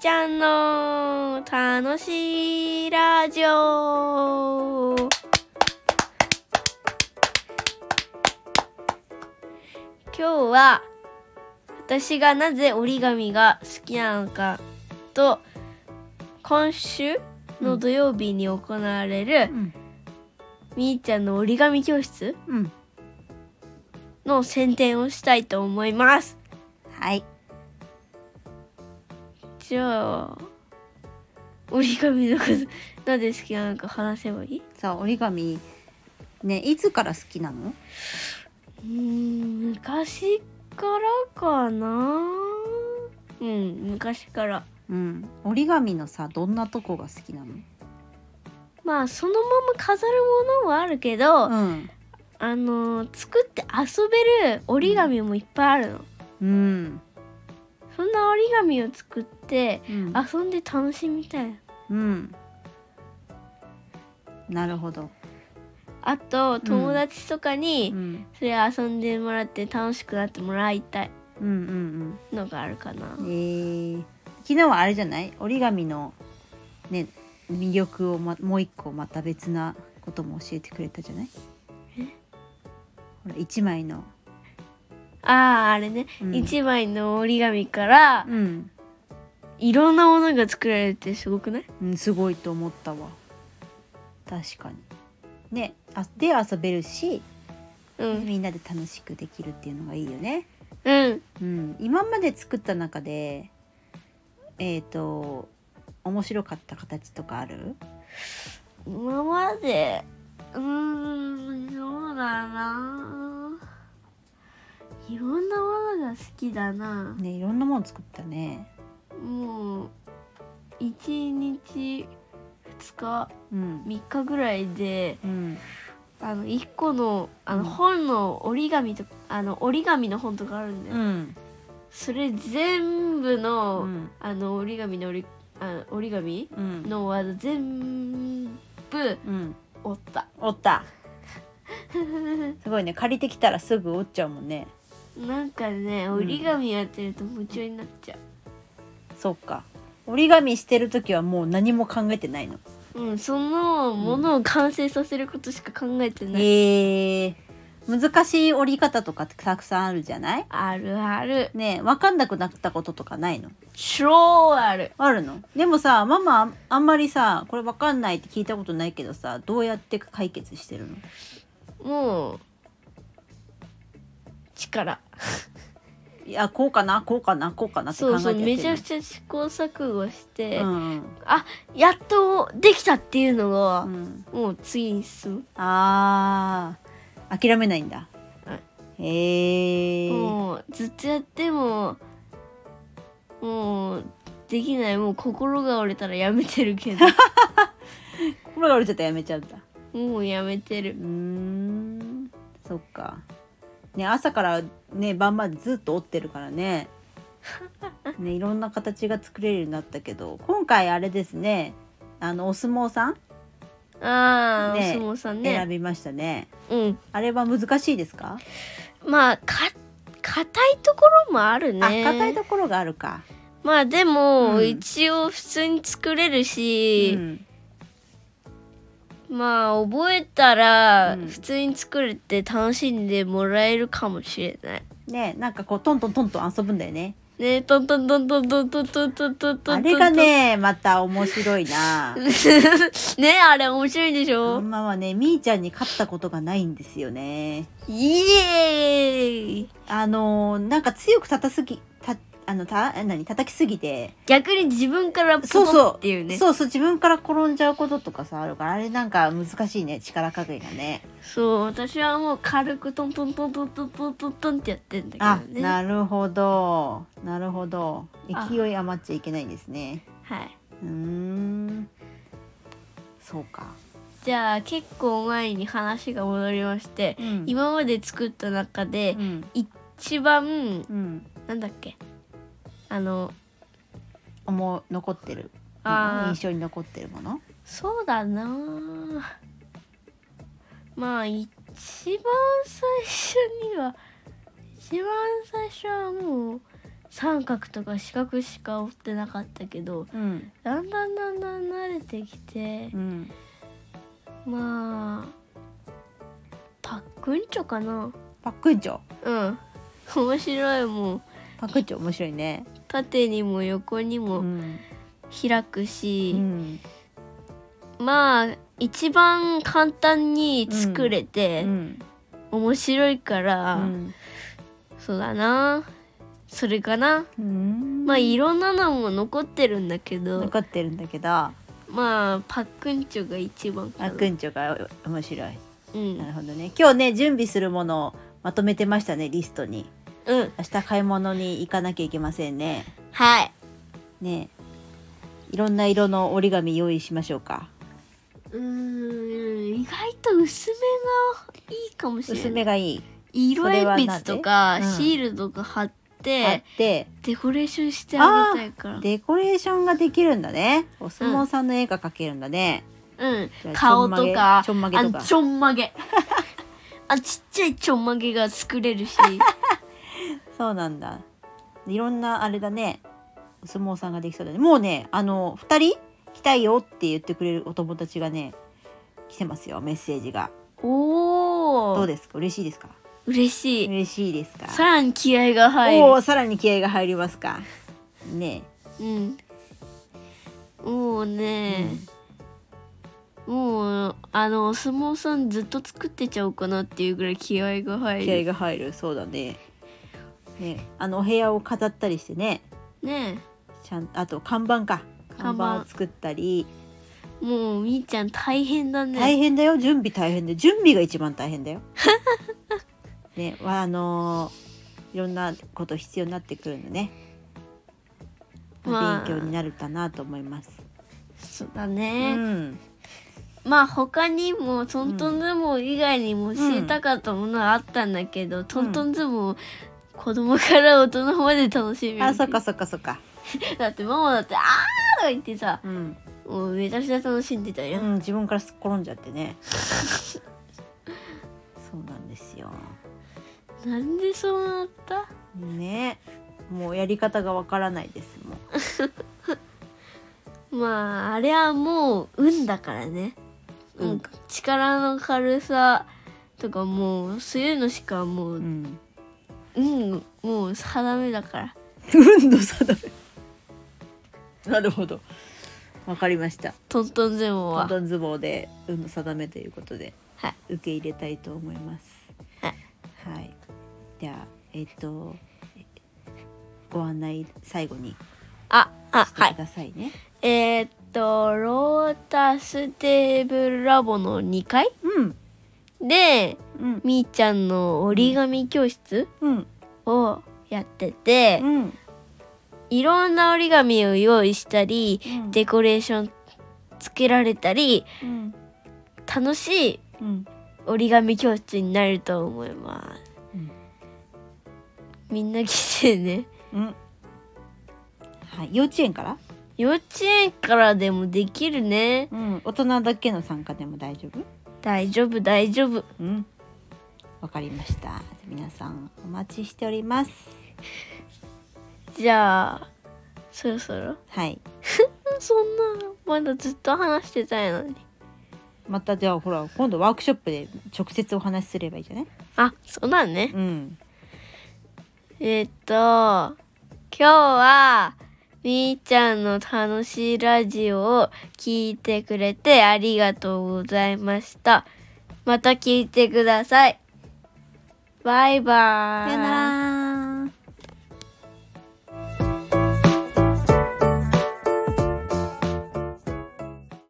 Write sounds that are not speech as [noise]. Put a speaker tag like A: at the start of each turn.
A: ちゃんの楽しいラジオ今日は私がなぜ折り紙が好きなのかと今週の土曜日に行われる
B: うん
A: みーちゃんの折り紙教室
B: うん
A: の宣伝をしたいと思います
B: はい
A: じゃあ折り紙のことなぜ好きなのか話せばいい
B: さあ折り紙ねいつから好きなの
A: うーん昔からかなうん昔から
B: うん折り紙のさどんなとこが好きなの
A: まあそのまま飾るものもあるけど、
B: うん
A: あのー作って遊べる折り紙もいっぱいあるの、
B: うん
A: そんな折り紙を作って
B: うん
A: 遊んで楽しみたい
B: うんなるほど、
A: あと友達とか
B: う
A: に
B: ん、
A: それ遊んでもらって楽しくなってもらいたい
B: うんうん
A: のがあるかな
B: うんえー、昨日はあれじゃない折り紙のね魅力を、ま、もう一個また別なことも教えてくれたじゃないほら一枚の
A: あーあれね、
B: うん
A: 一枚の折り紙から
B: うん、
A: いろんなものが作られるってすごくない
B: うん、すごいと思ったわ確かにねあで遊べるし
A: うん
B: みんなで楽しくできるっていうのがいいよね。
A: うん
B: うん、今まで作った中でえっ、と面白かった形とかある
A: 今までうーんそうだないろんなものが好きだな
B: ねいろんなもの作ったね。
A: もう1日2日
B: うん、
A: 3日ぐらいで
B: うん、
A: あの1個のあ
B: う
A: の
B: ん
A: 本の折り紙とかあの折り紙の本とかあるんだよ、
B: うん、
A: それ全部
B: う
A: の、
B: ん、
A: あの折り紙の折りあ折り紙
B: うん、
A: の技全部
B: うん、
A: 折った
B: 折った。すごいね借りてきたらすぐ折っちゃうもんね。
A: なんかね折り紙やってると夢中になっちゃ
B: そっか。折り紙してる時はもう何も考えてないの。
A: ううんそのものを完成させることしか考えてない、
B: へえ難しい折り方とかってたくさんあるじゃない
A: あるある
B: ねえ分かんなくなったこととかないの
A: 超ある
B: あるのでもさママあんあんまりさこれ分かんないって聞いたことないけどさどうやって解決してるの
A: もう力
B: いやこうかなこうかなこうかなって考
A: そ
B: え
A: うそう
B: てやって
A: めちゃ
B: る
A: くちゃ試行錯誤して、
B: うん
A: あやっとできたっていうの
B: う
A: が、
B: ん、
A: もう次に進む、
B: あー諦めないんだ
A: は
B: へえ
A: もうずっとやってももうできないもう心が折れたらやめてる
B: [laughs]
A: けど
B: 心が折れちゃったらやめちゃった
A: もうやめてる
B: うーんそっかね朝からね晩までずっと折ってるか
A: [laughs]
B: らねねいろんな形が作れるようになったけど今回あれですねあのお相撲さん
A: ああ、
B: ねえ
A: お相撲さん
B: 選
A: ね。
B: びましたね
A: うん。
B: あれは難しいですか、
A: まあ、か、硬いところもあるね。
B: あ硬いところがあるか、
A: まあ、でも、
B: うん
A: 一応普通に作れる
B: う
A: し、
B: ん、
A: まあ、覚えたら、
B: うん
A: 普通に作れて楽しんでもらえるかもしれない。
B: ねなんかこうトントントントン遊ぶんだよね
A: ねえ、トントントントントントントントントントン。
B: あれが。ねまた面白いな
A: [laughs] ねえ、あれ面白いでしょ、
B: ママはねみーちゃんに勝ったことがないんですよね
A: イエーイ
B: あのーなんか強く叩すぎたあのた何叩きすぎて
A: 逆に自分からポ
B: そう
A: コ
B: そう
A: っていうね。
B: そうそう自分から転んじゃうこととかさあるからあれなんか難しいね力加減がね
A: そう、私はもう軽くトントントントントントントントンってやってんだけ
B: あ
A: どね。
B: なるほどなるほど
A: あ
B: 勢い余っちゃいけないんですね
A: はい。
B: うーんそうか、
A: じゃあ結構前に話が戻りまして、
B: うん
A: 今まで作った中で
B: うん
A: 一番
B: うん、
A: なんだっけあの
B: 思う残ってる
A: あー
B: 印象に残ってるもの
A: そうだなあまあ一番最初には一番最初はもう三角とか四角しか折ってなかったけど
B: うん
A: だんだんだんだん慣れてきて
B: うん
A: まあパックンチョかな
B: パックンチョ
A: うん面白いもん
B: パックンチョ面白いね
A: 縦にも横に
B: う
A: も
B: ん、
A: 開く
B: う
A: し、
B: ん
A: まあ一番簡単に作れ
B: う
A: て
B: ん
A: 面白いか
B: う
A: ら、
B: ん
A: そうだなそれかな
B: うん
A: まあいろんなのも残ってるんだけど
B: 残ってるんだけどパ
A: まあパックンチョが一番かな
B: ックンチョが面白い
A: うん
B: なるほどね今日ね準備するものをまとめてましたねリストに
A: うん
B: 明日買い物に行かなきゃいけませんね
A: はい
B: ねいろんな色の折り紙用意しましょうか
A: うーん意外と薄めがいいかもしれない
B: 薄めがいい
A: 色鉛筆とか
B: それはなぜうん
A: シールとか貼っ
B: あってて
A: デコレーションしてあげたいから
B: デコレーションができるんだねお相撲さんの絵が描けるんだね、
A: うん
B: じゃあ
A: 顔とか
B: ちょんまげちょんまげとか
A: あちょんま
B: [laughs]
A: げあちっちゃいちょんまげが作れる
B: [laughs]
A: し
B: そうなんだいろんなあれだねお相撲さんができそうだねもうねあの2人来たいよって言ってくれるお友達がね来てますよメッセージが
A: お
B: どう
A: お
B: ですか嬉しいですか
A: 嬉しい
B: 嬉しいですか
A: さらに気合が入
B: お
A: る
B: おさらに気合が入りますかね
A: うんもう
B: え、
A: ね、もうあのお相撲さんずっと作ってちゃおうかなっていうぐらい気合が入る
B: 気合が入るそうだねねあのお部屋を飾ったりしてね
A: ね
B: ちゃんあと看板か
A: 看
B: 看
A: 板
B: 板を作ったり
A: えもうみーちゃん大変だね、
B: 大変だよ準備大変で準備が一番大変だ
A: [laughs]
B: よ。ねはあのーいろんなこと必要になってくるのね、
A: まあ
B: 勉強になるかなと思います。
A: そうだ
B: う
A: ね、
B: ん、
A: まあ他にもトントン相撲以外にも知りたかったものはあったんだけど、トントン相撲子供から大人まで楽しめる
B: あそっかそっかそっか。
A: だってママだって「あー!」とか言ってさ
B: うん、
A: もうめちゃくちゃ楽しんでた
B: う
A: よ、
B: ん、自分からすっ転んじゃっ
A: [laughs]
B: てね。そうなんですよ。
A: ん、なんでそうなった
B: ねもうやり方がわからないですもう。
A: まああれはもう運だからね、
B: うん
A: もう力の軽さとかもうそういうのしかも
B: う、
A: うん運もう定めだから
B: 運の定め。なるほど。わかりました。
A: トントン相撲
B: トン
A: は
B: トンズボで運の定めということで
A: はい
B: 受け入れたいと思います。
A: はい
B: はい。ではえっとえご案内最後に
A: ああ
B: し
A: は
B: て
A: い
B: くださいね。
A: えー、っとロータステーブルラボの2階
B: うん
A: で
B: うん
A: みーちゃんの折り紙教室
B: うん
A: をやってて、
B: うん
A: いろんな折り紙を用意したり
B: うん
A: デコレーションつけられたり
B: うん
A: 楽しい
B: うん
A: 折り紙教室になると思います
B: うん。
A: みんな来てね。
B: うん。はい幼稚園から？
A: 幼稚園からでもできるね。
B: うん大人だけの参加でも大丈夫？
A: 大丈夫、大丈夫。
B: うん。わかりました。皆さんお待ちしております。
A: じゃあ、そろそろ。
B: はい。
A: そんな、まだずっと話してたいのに。
B: またじゃあほら今度ワークショップで直接お話しすればいいじゃない？
A: あ、そうだね。
B: うん。
A: えーっと、今日は、みーちゃんの楽しいラジオを聞いてくれてありがとうございました。また聞いてください。バイバーイ。
B: さよなら